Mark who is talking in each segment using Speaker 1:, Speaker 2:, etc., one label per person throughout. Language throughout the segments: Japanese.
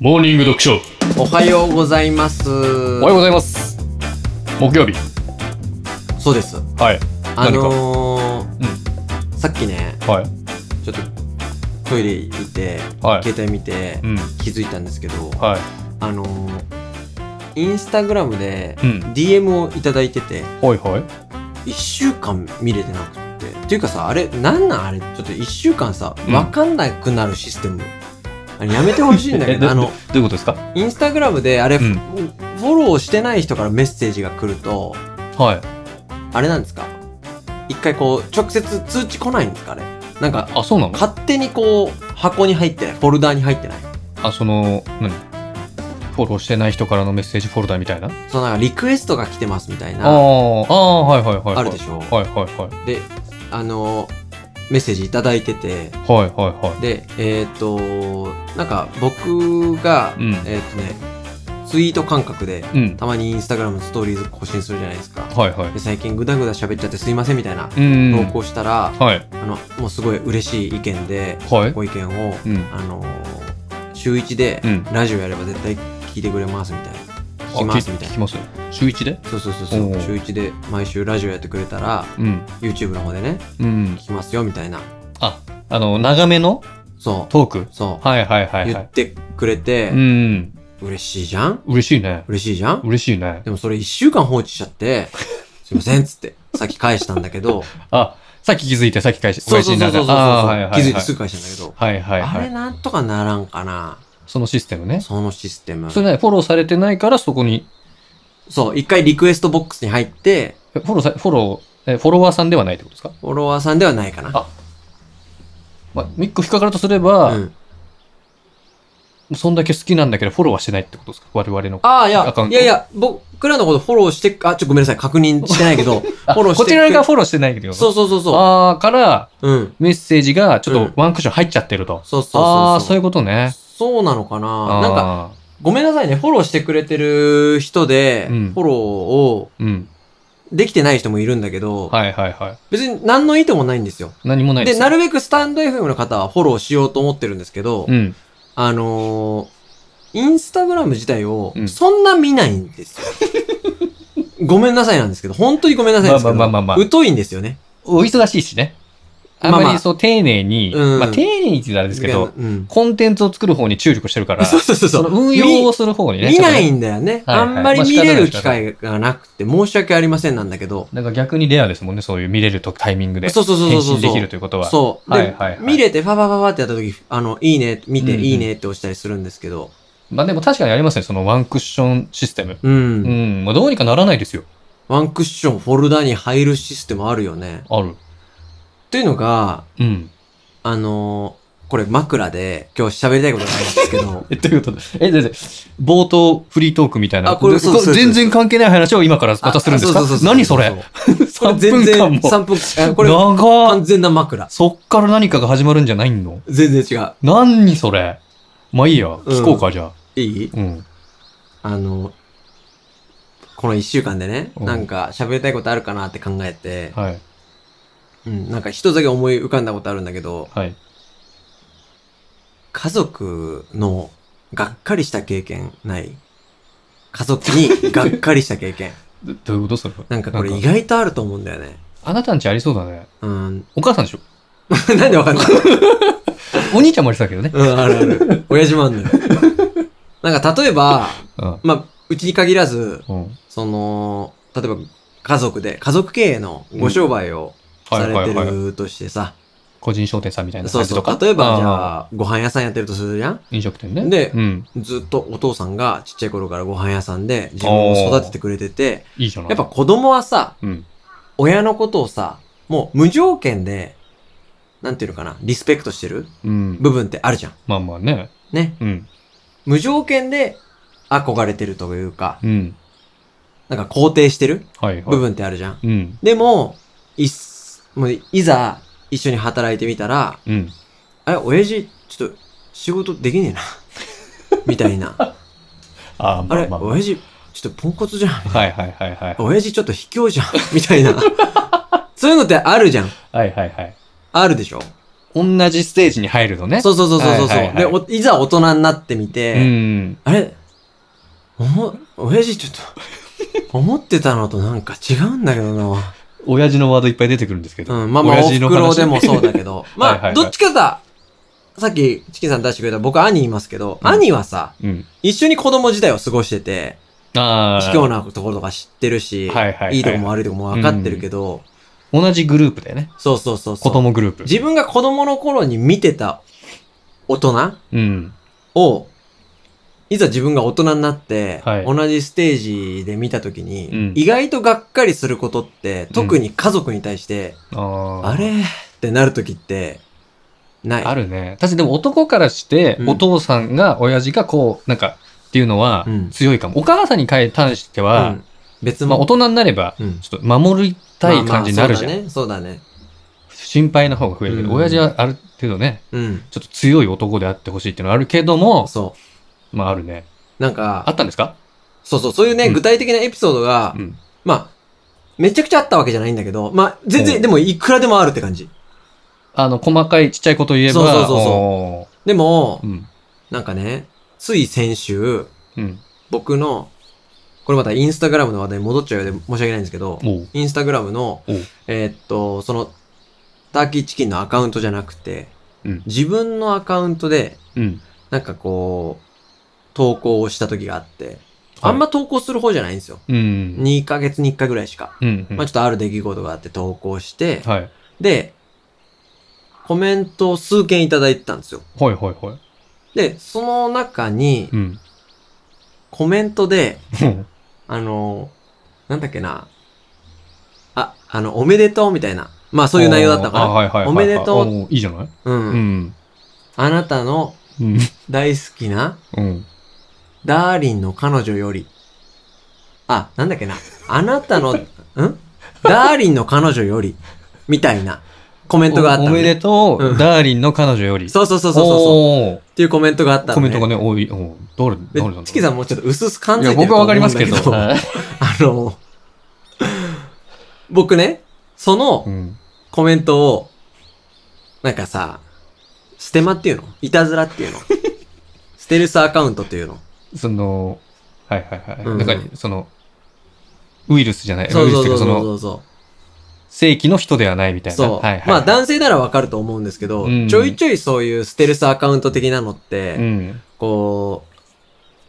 Speaker 1: モーニング読書
Speaker 2: おはようございます。
Speaker 1: おはようございます木曜日
Speaker 2: そうです。
Speaker 1: はい
Speaker 2: あのーさっきね、
Speaker 1: はい
Speaker 2: ちょっとトイレ行って、
Speaker 1: はい
Speaker 2: 携帯見て、
Speaker 1: うん
Speaker 2: 気づいたんですけど、
Speaker 1: はい
Speaker 2: あのーインスタグラムで
Speaker 1: うん
Speaker 2: DM をいただいてて、
Speaker 1: はいはい
Speaker 2: 1週間見れてなくって。っていうかさ、あれ、なんなんあれ、ちょっと1週間さ、
Speaker 1: うん
Speaker 2: わかんなくなるシステム。あれやめてほしいん だけど、
Speaker 1: ど
Speaker 2: あの
Speaker 1: ど、ういうことですか
Speaker 2: インスタグラムであれ、
Speaker 1: うん
Speaker 2: フォローしてない人からメッセージが来ると、
Speaker 1: はい
Speaker 2: あれなんですか一回こう、直接通知来ないんですかねなんか、
Speaker 1: あそうなの
Speaker 2: 勝手にこう、箱に入ってない、フォルダに入ってない。
Speaker 1: あその何フォローしてない人からのメッセージフォルダみたいな
Speaker 2: そのなんかリクエストが来てますみたい
Speaker 1: あー
Speaker 2: な、
Speaker 1: あーはいはいはいはい
Speaker 2: あるでしょ
Speaker 1: はいはいはい
Speaker 2: で、あの、メッセージいただいてて、
Speaker 1: はいはいは
Speaker 2: で、えっ、と、なんか僕が、
Speaker 1: うん
Speaker 2: えっ、とね、ツイート感覚で、
Speaker 1: いうん
Speaker 2: たまにインスタグラムのストーリーズ更新するじゃないですか。
Speaker 1: はいはい
Speaker 2: で、最近グダグダ喋っちゃってすいませんみたいな、
Speaker 1: うん
Speaker 2: 投稿したら、
Speaker 1: はい
Speaker 2: あの、もうすごい嬉しい意見で、
Speaker 1: はい
Speaker 2: ご意見を、
Speaker 1: うん
Speaker 2: あのー週一で
Speaker 1: うん
Speaker 2: ラジオやれば絶対聞いてくれますみたいな。聞き
Speaker 1: あ
Speaker 2: ますみたい
Speaker 1: 聞
Speaker 2: な
Speaker 1: き。ます週一で
Speaker 2: そうそうそうそ
Speaker 1: お
Speaker 2: う。
Speaker 1: う
Speaker 2: 週一で毎週ラジオやってくれたら、
Speaker 1: うん。
Speaker 2: YouTube の方でね、
Speaker 1: うん。
Speaker 2: 聞きますよみたいな。
Speaker 1: あ、あの、長めの
Speaker 2: そう。
Speaker 1: トーク
Speaker 2: そう。
Speaker 1: はいはいはいは
Speaker 2: 言っ
Speaker 1: い。
Speaker 2: てくれて、
Speaker 1: うん。
Speaker 2: 嬉しいじゃん
Speaker 1: 嬉しいね。
Speaker 2: 嬉しいじゃん
Speaker 1: 嬉しいね。
Speaker 2: でもそれ一週間放置しち ゃって、すいませんっつって、さっき返したんだけど、
Speaker 1: あ、さっき気づいて、さっき返し、
Speaker 2: そうそうそうそうそうそう、気
Speaker 1: あーはいはいはい。
Speaker 2: づいてすぐ返したんだけど、
Speaker 1: はいはいは
Speaker 2: あれ
Speaker 1: い。
Speaker 2: なんとかならんかな
Speaker 1: そのシステムね。
Speaker 2: そのシステム。
Speaker 1: それね、フォローされてないからそこに、
Speaker 2: そう、一回リクエストボックスに入って、
Speaker 1: えフォローさ、フォロー、えフォロワーさんではないってことですか
Speaker 2: フォロワーさんではないかな。
Speaker 1: まあ、ミック引っかかるとすれば、
Speaker 2: うん、
Speaker 1: そんだけ好きなんだけど、フォローはしてないってことですか我々の。
Speaker 2: ああ、い
Speaker 1: ア
Speaker 2: や
Speaker 1: カウン、ト
Speaker 2: いやいや、僕らのことフォローして、あ、ちょ、ごめんなさい、確認してない けど、フ
Speaker 1: あ
Speaker 2: ォローして
Speaker 1: こちらがフォローしてないけど。
Speaker 2: そうそうそうそ
Speaker 1: あーから、
Speaker 2: う。うん。
Speaker 1: メッセージがちょっ
Speaker 2: うん
Speaker 1: とワンクッション入っちゃってると。
Speaker 2: そうそうそうそう。
Speaker 1: ああ、そう
Speaker 2: う
Speaker 1: いうことね。
Speaker 2: そうなのか
Speaker 1: あ
Speaker 2: な
Speaker 1: ー
Speaker 2: なんか、、ごめんなさいね、フォローしてくれてる人で、
Speaker 1: うん
Speaker 2: フォローを
Speaker 1: うん。
Speaker 2: できてない人もいるんだけど、
Speaker 1: はいはいはい。
Speaker 2: 別に何の意図もないんですよ。
Speaker 1: 何もないで
Speaker 2: で、
Speaker 1: す。
Speaker 2: なるべくスタンド FM の方はフォローしようと思ってるんですけど、
Speaker 1: うん。
Speaker 2: あのー、インスタグラム自体を
Speaker 1: うん
Speaker 2: そんな見ないんです よ。ごめんなさいなんですけど、本当にごめんなさいなんですけど、
Speaker 1: まあまあまあま
Speaker 2: 疎いんですよね。
Speaker 1: お忙しいしね。あん
Speaker 2: まあまあ
Speaker 1: まりそう丁寧に、
Speaker 2: うん
Speaker 1: まあ丁寧にって言ったらあれですけど、
Speaker 2: うん。
Speaker 1: コンテンツを作る方に注力してるから、
Speaker 2: そうそうそうそ。
Speaker 1: そうの運用をする方にね。
Speaker 2: 見
Speaker 1: ちょっと
Speaker 2: な
Speaker 1: ね
Speaker 2: いんだよね。
Speaker 1: はい
Speaker 2: あ
Speaker 1: はい
Speaker 2: んまり
Speaker 1: まあ
Speaker 2: 見
Speaker 1: 仕方ない
Speaker 2: れる機会がなくて申し訳ありませんなんだけど。
Speaker 1: なんか逆にレアですもんね、そういう見れるとタイミングで。
Speaker 2: そうそうそうそう
Speaker 1: 返
Speaker 2: そう。
Speaker 1: 信できるということは。
Speaker 2: そう。で、
Speaker 1: はいはいはい
Speaker 2: 見れて、ファファファファってやった時、あの、いいね、見て、
Speaker 1: うんうん
Speaker 2: いいねって押したりするんですけど。
Speaker 1: まあでも確かにありますね、そのワンクッションシステム。
Speaker 2: うん。
Speaker 1: うん、まあどうにかならないですよ。
Speaker 2: ワンクッションフォルダに入るシステムあるよね。
Speaker 1: ある。
Speaker 2: というのが、
Speaker 1: うん。、
Speaker 2: あのーこれ枕で今日喋りたいことがあるんですけど
Speaker 1: え、ということで、え、全然、冒頭フリートークみたいな。
Speaker 2: あこれ
Speaker 1: で
Speaker 2: そうそうそう
Speaker 1: 全然関係ない話を今からまたするんですか
Speaker 2: あそうそうそうそう
Speaker 1: 何それ
Speaker 2: これ
Speaker 1: ?3
Speaker 2: 全
Speaker 1: 分
Speaker 2: 然
Speaker 1: 間も。
Speaker 2: 3分あこれ
Speaker 1: 長っ
Speaker 2: 完全な枕。
Speaker 1: そっから何かが始まるんじゃないの
Speaker 2: 全然違う。
Speaker 1: 何それまあいいや。聞こうか、じゃあ。
Speaker 2: いい
Speaker 1: うん。
Speaker 2: あの、この一週間でね、
Speaker 1: うん
Speaker 2: なんか喋りたいことあるかなって考えて、
Speaker 1: はい。
Speaker 2: うん、なんか一つだけ思い浮かんだことあるんだけど、
Speaker 1: はい。
Speaker 2: 家族のがっかりした経験ない家族にがっかりした経 験。
Speaker 1: どどういうことそれ
Speaker 2: なんかこれ意外とあると思うんだよね。
Speaker 1: あなたんちありそうだね。
Speaker 2: うん。
Speaker 1: お母さんでしょ
Speaker 2: なんでわかんない
Speaker 1: お兄ちゃんもありそうだけどね。
Speaker 2: うん、あるある。親父もあんのよ。 なんか例えば、
Speaker 1: うん。
Speaker 2: まあ、うちに限らず、
Speaker 1: うん。
Speaker 2: その、例えば家族で、家族経営のご商売をされて
Speaker 1: い。
Speaker 2: るとしてさ、
Speaker 1: 個人商店さんみたいな
Speaker 2: そう
Speaker 1: 感じ
Speaker 2: そ
Speaker 1: とか。
Speaker 2: う、例えばじ
Speaker 1: あ
Speaker 2: ゃあ、ご飯屋さんやってるとするじゃん
Speaker 1: ー。飲食店ね。
Speaker 2: で
Speaker 1: うん。
Speaker 2: ずっとお父さんがちっちゃい頃からご飯屋さんで自分を育ててくれてて、
Speaker 1: いいじゃない。
Speaker 2: やっぱ、子供はさ、
Speaker 1: うん。
Speaker 2: 親のことをさ、もう無条件で、なんていうのかな、リスペクトしてる
Speaker 1: うん。
Speaker 2: 部分ってあるじゃん。
Speaker 1: まあまあね。
Speaker 2: ね。
Speaker 1: うん。
Speaker 2: 無条件で憧れてるというか、
Speaker 1: うん。
Speaker 2: なんか肯定してる
Speaker 1: はいはい。
Speaker 2: 部分ってあるじゃん。
Speaker 1: うん。
Speaker 2: でも、いっす、もういざ一緒に働いてみたら、
Speaker 1: うん。
Speaker 2: え、親父、ちょっと仕事できねえな。 みたいな。
Speaker 1: あー
Speaker 2: あ
Speaker 1: ま
Speaker 2: れ
Speaker 1: あ、まあまあ。
Speaker 2: 親父、ちょっとポンコツじゃん。
Speaker 1: はいはいはいはい。
Speaker 2: 親父ちょっと卑 怯じゃん。みたいな。そういうのってあるじゃん。
Speaker 1: はいはいはい。
Speaker 2: あるでしょ
Speaker 1: 同じステージに入るのね。
Speaker 2: そうそうそうそうそう。
Speaker 1: はいはいはい
Speaker 2: でお、いざ大人になってみて、
Speaker 1: うん。
Speaker 2: あれおも、親父ちょっと、 思ってたのとなんか違うんだけどな。
Speaker 1: 親父のワードいっぱい出てくるんですけど。
Speaker 2: うん、まあまあ、
Speaker 1: 親
Speaker 2: お
Speaker 1: 父
Speaker 2: ふ
Speaker 1: の
Speaker 2: く
Speaker 1: 話
Speaker 2: ろでもそうだ けど。まあ、
Speaker 1: はいはいはい
Speaker 2: どっちかさ、さっきチキンさん出してくれた僕兄いますけど、
Speaker 1: うん
Speaker 2: 兄はさ、
Speaker 1: うん。
Speaker 2: 一緒に子供時代を過ごしてて、
Speaker 1: ああ。
Speaker 2: 卑怯なところとか知ってるし、
Speaker 1: はいはいはいはい
Speaker 2: いとこも悪いとこも分かってるけど、
Speaker 1: 同じグループだよね。
Speaker 2: そうそうそうそ
Speaker 1: 子
Speaker 2: う。
Speaker 1: 供グループ。
Speaker 2: 自分が子供の頃に見てた大人
Speaker 1: うん。
Speaker 2: を、いざ自分が大人になって、
Speaker 1: はい
Speaker 2: 同じステージで見たときに、
Speaker 1: うん
Speaker 2: 意外とがっかりすることって、特に家族に対して、
Speaker 1: ああ
Speaker 2: あれってなるときって、ない。
Speaker 1: あるね。確かにでも男からして、
Speaker 2: うん
Speaker 1: お父さんが、親父がこう、なんか、っていうのは
Speaker 2: うん
Speaker 1: 強いかも。お母さんに関して
Speaker 2: う
Speaker 1: は、
Speaker 2: ん、別
Speaker 1: まあ大
Speaker 2: も、
Speaker 1: 人になれば、
Speaker 2: うん
Speaker 1: ちょっと守りたい感じになるじゃん。
Speaker 2: まあまあそうだね。
Speaker 1: 心配な方が増えるけど、
Speaker 2: うん
Speaker 1: 親父はある程度ね、
Speaker 2: そうだね。
Speaker 1: ちょっと強い男であってほしいっていうのはあるけど
Speaker 2: うん。
Speaker 1: も、
Speaker 2: そ
Speaker 1: まああるね。
Speaker 2: う。なん
Speaker 1: あ
Speaker 2: か、
Speaker 1: ったんですか
Speaker 2: そうそう、そういうね、
Speaker 1: うん
Speaker 2: 具体的なエピソードが、
Speaker 1: うん。
Speaker 2: まあ、めちゃくちゃあったわけじゃないんだけど、まあ、全
Speaker 1: う
Speaker 2: 然、
Speaker 1: ん
Speaker 2: でも、いくらでもあるって感じ。
Speaker 1: あの、細かいちっちゃいこと言えば、
Speaker 2: そうそうそうそう
Speaker 1: お
Speaker 2: でも
Speaker 1: ーう、ん。
Speaker 2: なんかね、つい先週、
Speaker 1: うん。
Speaker 2: 僕の、これまたインスタグラムの話題に戻っちゃうようで申し訳ないんですけど、
Speaker 1: おう
Speaker 2: インスタグラムの
Speaker 1: おう、
Speaker 2: えーっと、その、ターキーチキンのアカウントじゃなくて、
Speaker 1: うん。
Speaker 2: 自分のアカウントで、
Speaker 1: うん。
Speaker 2: なんかこう、投稿をした時があって、あんま投稿する方じゃないんですよ。
Speaker 1: うん。
Speaker 2: 2ヶ月に1回ぐらいしか。
Speaker 1: うん。うん
Speaker 2: まあちょっとある出来事があって投稿して、
Speaker 1: はい。
Speaker 2: で、コメントを数件いただいてたんですよ。
Speaker 1: ほいほいほい。
Speaker 2: で、その中に
Speaker 1: う、ん。
Speaker 2: コメントで、
Speaker 1: うん
Speaker 2: あの、なんだっけな。あ、あの、おめでとうみたいな。まあそういう内容だったの
Speaker 1: あ
Speaker 2: か
Speaker 1: はいはいはいはい。
Speaker 2: おめでとう
Speaker 1: おーいいじゃない
Speaker 2: な。うん。
Speaker 1: うん。
Speaker 2: あなたの
Speaker 1: うん。
Speaker 2: 大好きな、
Speaker 1: うん。
Speaker 2: ダーリンの彼女より。あ、なんだっけな。あな たの、んダーリンの彼女より。みたいなコメントがあった
Speaker 1: お
Speaker 2: の、
Speaker 1: おめでとう、
Speaker 2: うん
Speaker 1: ダーリンの彼女より。
Speaker 2: そうそうそうそうそう。っていうコメントがあっ
Speaker 1: おー
Speaker 2: た
Speaker 1: コ
Speaker 2: の、
Speaker 1: メ
Speaker 2: ね。
Speaker 1: ントがね、多い。おー誰、
Speaker 2: で
Speaker 1: 誰なんだろう
Speaker 2: チキさんもうちょっと薄々感
Speaker 1: い
Speaker 2: づい
Speaker 1: や、
Speaker 2: てる
Speaker 1: 僕
Speaker 2: と
Speaker 1: はわ
Speaker 2: 思うん
Speaker 1: か
Speaker 2: だ
Speaker 1: りますけど。
Speaker 2: あ
Speaker 1: はい
Speaker 2: の、僕ね、その
Speaker 1: うん。
Speaker 2: コメントを、なんかさ、ステマっていうのいたず らっていうのステルスアカウントっていうの
Speaker 1: その、はいはいはい。
Speaker 2: うん
Speaker 1: なんか、その、ウイルスじゃない。ウイ
Speaker 2: そう
Speaker 1: ルス
Speaker 2: そ
Speaker 1: っ
Speaker 2: う
Speaker 1: てい
Speaker 2: そうう
Speaker 1: か、その、
Speaker 2: そうそ
Speaker 1: 正規の人ではないみた
Speaker 2: う。
Speaker 1: いな。
Speaker 2: そう。
Speaker 1: はいはい。
Speaker 2: まあ男性ならわかると思うんですけど、
Speaker 1: うん
Speaker 2: ちょいちょいそういうステルスアカウント的なのって、
Speaker 1: うん。
Speaker 2: こ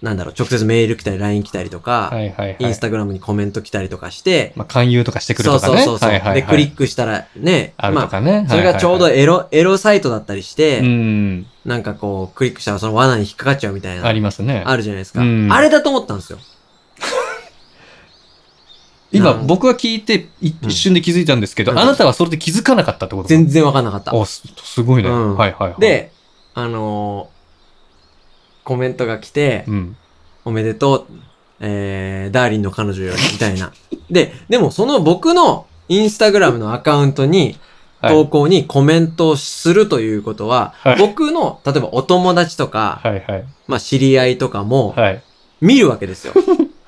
Speaker 2: う、なんだろう、直接メール来たり LINE 来たりとか、
Speaker 1: はいはい
Speaker 2: イ
Speaker 1: は
Speaker 2: ン
Speaker 1: い
Speaker 2: ス。タグラムにコメント来たりとかして、
Speaker 1: まあ、勧誘とかしてくる
Speaker 2: そ
Speaker 1: と
Speaker 2: う
Speaker 1: か
Speaker 2: そう
Speaker 1: ね。
Speaker 2: そうそう、
Speaker 1: はいはいはい。
Speaker 2: で、クリックしたらね、
Speaker 1: あるとかね。
Speaker 2: それがちょうど
Speaker 1: はいはい
Speaker 2: エロ、エロサイトだったりして、
Speaker 1: はいうん。
Speaker 2: なんかこう、クリックしたらその罠に引っかかっちゃうみたいな、
Speaker 1: ありますね。
Speaker 2: あるじゃないですか。
Speaker 1: うん
Speaker 2: あれだと思ったんですよ。
Speaker 1: 今、
Speaker 2: うん
Speaker 1: 僕は聞いて、い
Speaker 2: うん
Speaker 1: 一瞬で気づいたんですけど、
Speaker 2: うん
Speaker 1: あなたはそれで気づかなかったってこと
Speaker 2: 全然わかんなかった。
Speaker 1: あ、すすごいね。
Speaker 2: うん
Speaker 1: はいはいはい。、
Speaker 2: で、あのーコメントが来て、
Speaker 1: うん。
Speaker 2: おめでとう、えー、ダーリンの彼女より、みたいな。 で、でもその僕のインスタグラムのアカウントに、
Speaker 1: はい
Speaker 2: 投稿にコメントをするということは、
Speaker 1: はい
Speaker 2: 僕の、例えばお友達とか、
Speaker 1: はいはい。
Speaker 2: まあ知り合いとかも、
Speaker 1: はい。
Speaker 2: 見るわけ ですよ。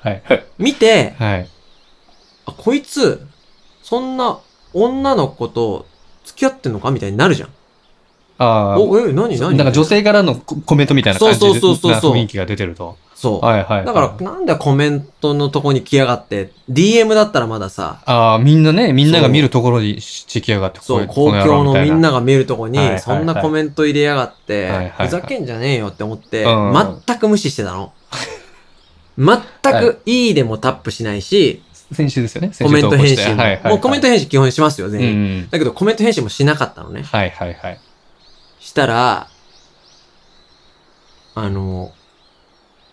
Speaker 1: はい。はい
Speaker 2: 見て、
Speaker 1: はい。
Speaker 2: あ、こいつ、そんな女の子と付き合ってんのかみたいになるじゃん。
Speaker 1: あ
Speaker 2: お、え、何
Speaker 1: あ。
Speaker 2: 何
Speaker 1: なんか女性からのココメントみたいな感じで
Speaker 2: そうそうそうそう
Speaker 1: な雰囲気が出てると。
Speaker 2: そう。
Speaker 1: はいはいはい。
Speaker 2: だから、なんでコメントのとこに来やがって、DM だったらまださ、
Speaker 1: ああ、みんなね、みんなが見るところにししてきやがって、
Speaker 2: そう、
Speaker 1: こ
Speaker 2: 公
Speaker 1: い
Speaker 2: 共のみん。なが見るとこに
Speaker 1: はいはいは、い
Speaker 2: そんなコメント入れやがって
Speaker 1: はいはい、はい
Speaker 2: ふざけんじゃねえよって思って、
Speaker 1: うん
Speaker 2: 全く無視してたの。全くいいでもタップしないし、
Speaker 1: 先週ですよね。先
Speaker 2: コ
Speaker 1: 週
Speaker 2: メント
Speaker 1: 投稿
Speaker 2: 返
Speaker 1: して
Speaker 2: 信
Speaker 1: はいはいは
Speaker 2: も。
Speaker 1: い。
Speaker 2: もうコメント返信基本しますよ、
Speaker 1: う
Speaker 2: 全員。
Speaker 1: ん。
Speaker 2: だけどコメント返信もしなかったのね。
Speaker 1: はいはいはい。
Speaker 2: したら、あの、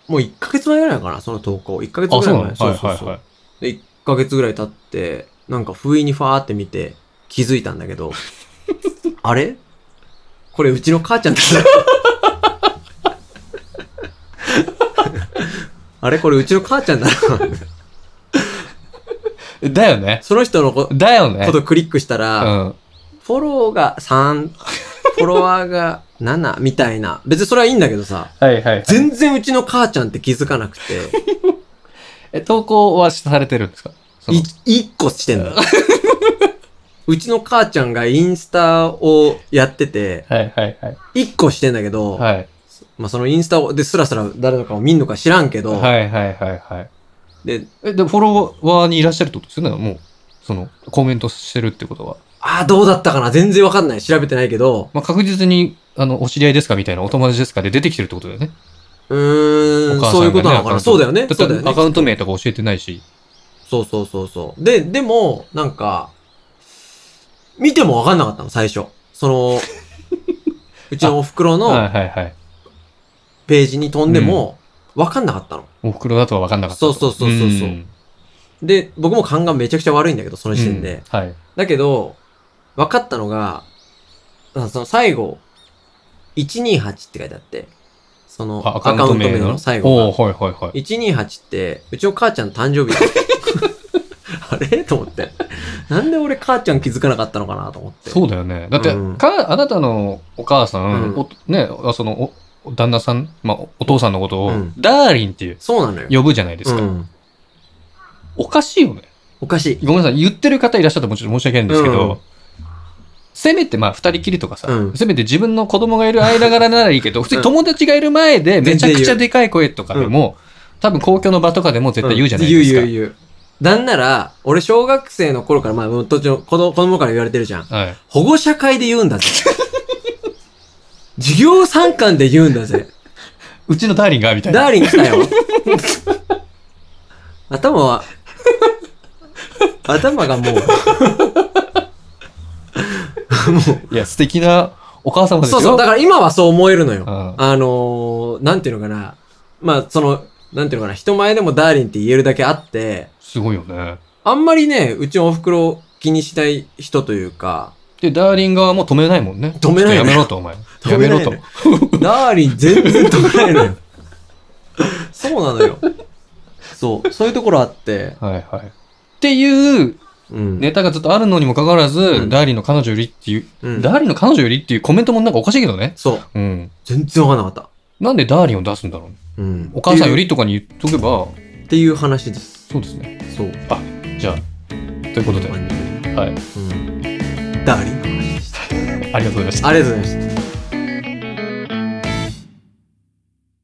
Speaker 2: もう1ヶ月前ぐらいかな、その投稿。1ヶ月
Speaker 1: あ、
Speaker 2: ぐ
Speaker 1: そ
Speaker 2: ら
Speaker 1: う
Speaker 2: い
Speaker 1: なの
Speaker 2: 前。
Speaker 1: はいはいはい。
Speaker 2: で、1ヶ月ぐらい経って、なんか不意にファーって見て気づいたんだけど、 あれこれうちの母ちゃんだ な。あれこれうちの母ちゃんだな。
Speaker 1: だよね。
Speaker 2: その人のこ
Speaker 1: だよね。
Speaker 2: ことクリックしたら、
Speaker 1: うん。
Speaker 2: フォローが3、フォロワーが7みたいな。別にそれはいいんだけどさ、
Speaker 1: はいはいはい。
Speaker 2: 全然うちの母ちゃんって気づかなくて、
Speaker 1: え、投稿はされてるんですかその
Speaker 2: い、1個してんだ。うちの母ちゃんがインスタをやってて、
Speaker 1: はいはいはい。
Speaker 2: 一個してんだけど、
Speaker 1: はい。
Speaker 2: まあそのインスタをですらすら誰のかを見んのか知らんけど、
Speaker 1: はいはいはいはい。
Speaker 2: で、
Speaker 1: え、で、フォロワーにいらっしゃるってことですよね、もう。その、コメントしてるってことは。
Speaker 2: ああ、どうだったかな全然わかんない。調べてないけど、
Speaker 1: まあ、確実に、あの、お知り合いですかみたいな、お友達ですかで出てきてるってことだよね。
Speaker 2: うーん、
Speaker 1: お母さんがね
Speaker 2: そういうことなの
Speaker 1: ア
Speaker 2: か
Speaker 1: カウン
Speaker 2: な
Speaker 1: ト
Speaker 2: そうだよね。
Speaker 1: だ
Speaker 2: そうだよ
Speaker 1: ってア
Speaker 2: ね。
Speaker 1: カウント名とか教えてないし。
Speaker 2: そうそうそうそう。で、でも、なんか、見てもわかんなかったの、最初。その、うちのお袋
Speaker 1: はい
Speaker 2: の
Speaker 1: はいはい。
Speaker 2: ページに飛んでも、わかんなかったの。
Speaker 1: お袋だとは分かんなかった
Speaker 2: そ
Speaker 1: と。
Speaker 2: うそうそうそうそうんで、僕も勘がめちゃくちゃ悪いんだけど、その時点で。
Speaker 1: うんはい。
Speaker 2: だけど、分かったのが、あその最後、128って書いてあって、その
Speaker 1: あ
Speaker 2: アカウント名の最後
Speaker 1: おお
Speaker 2: が
Speaker 1: ーはいはいはい。
Speaker 2: 128って、うちの母ちゃんの誕生日。 あれと思って。なんで俺母ちゃん気づかなかったのかなと思って。
Speaker 1: そうだよね。だって、
Speaker 2: うん
Speaker 1: か、あなたのお母さん、
Speaker 2: うん
Speaker 1: おね、あその、お旦那さん、まあ、おお父さんのことを、
Speaker 2: うん
Speaker 1: ダーリンっていう、
Speaker 2: そうなのよ。
Speaker 1: 呼ぶじゃないですか。
Speaker 2: うん
Speaker 1: おかしいよね。
Speaker 2: おかしい。
Speaker 1: ごめんなさい、言ってる方いらっしゃったらもちろん申し訳ないんですけど、
Speaker 2: うん
Speaker 1: せめて、まあ、二人きりとかさ、
Speaker 2: うん
Speaker 1: せめて自分の子供がいる間柄ならいいけど、普通に友達がいる前で、めちゃくちゃでかい声とかでも、多分公共の場とかでも絶対言うじゃないですか。
Speaker 2: うん言う言う言う。なんなら、俺小学生の頃から、まあ、もう途中、子供子供から言われてるじゃん。
Speaker 1: はい。
Speaker 2: 保護者会で言うんだぜ。 授業参観で言うんだぜ。
Speaker 1: うちのダーリンがみたい
Speaker 2: ダ
Speaker 1: な。
Speaker 2: ーリン来たよ。 頭は、頭がもう、
Speaker 1: いや、素敵なお母様です
Speaker 2: そ
Speaker 1: よ。
Speaker 2: うそう、だから今はそう思えるのよ。
Speaker 1: うん
Speaker 2: あのー、なんていうのかな。まあ、その、なんていうのかな。人前でもダーリンって言えるだけあって、
Speaker 1: すごいよね。
Speaker 2: あんまりね、うちのお袋気にしない人というか、
Speaker 1: で、ダーリン側も止めないもんね。
Speaker 2: 止めない
Speaker 1: ちょっ
Speaker 2: よ
Speaker 1: とやめろと、お前。や
Speaker 2: 止め
Speaker 1: め
Speaker 2: な
Speaker 1: ろ
Speaker 2: い
Speaker 1: と
Speaker 2: の。よダーリン全然止めないのよ。そうなのよ。そう、そういうところあって、
Speaker 1: はいはい。っていう
Speaker 2: うん。
Speaker 1: ネタがずっとあるのにもかかわらず、
Speaker 2: うん
Speaker 1: ダーリンの彼女よりっていう、
Speaker 2: うん
Speaker 1: ダーリンの彼女よりっていうコメントもなんかおかしいけどね。
Speaker 2: そう、
Speaker 1: うん。
Speaker 2: 全然わかんなかっ
Speaker 1: なんでダーリンを出すんだろう
Speaker 2: た。うん。
Speaker 1: お母さんよりとかに言っとけば、
Speaker 2: っていう話です。
Speaker 1: そうですね。
Speaker 2: そう。
Speaker 1: じゃあ、ということで、はい。
Speaker 2: うん。ダーリンの話でした。
Speaker 1: ありがとうございました。
Speaker 2: ありがとうございました。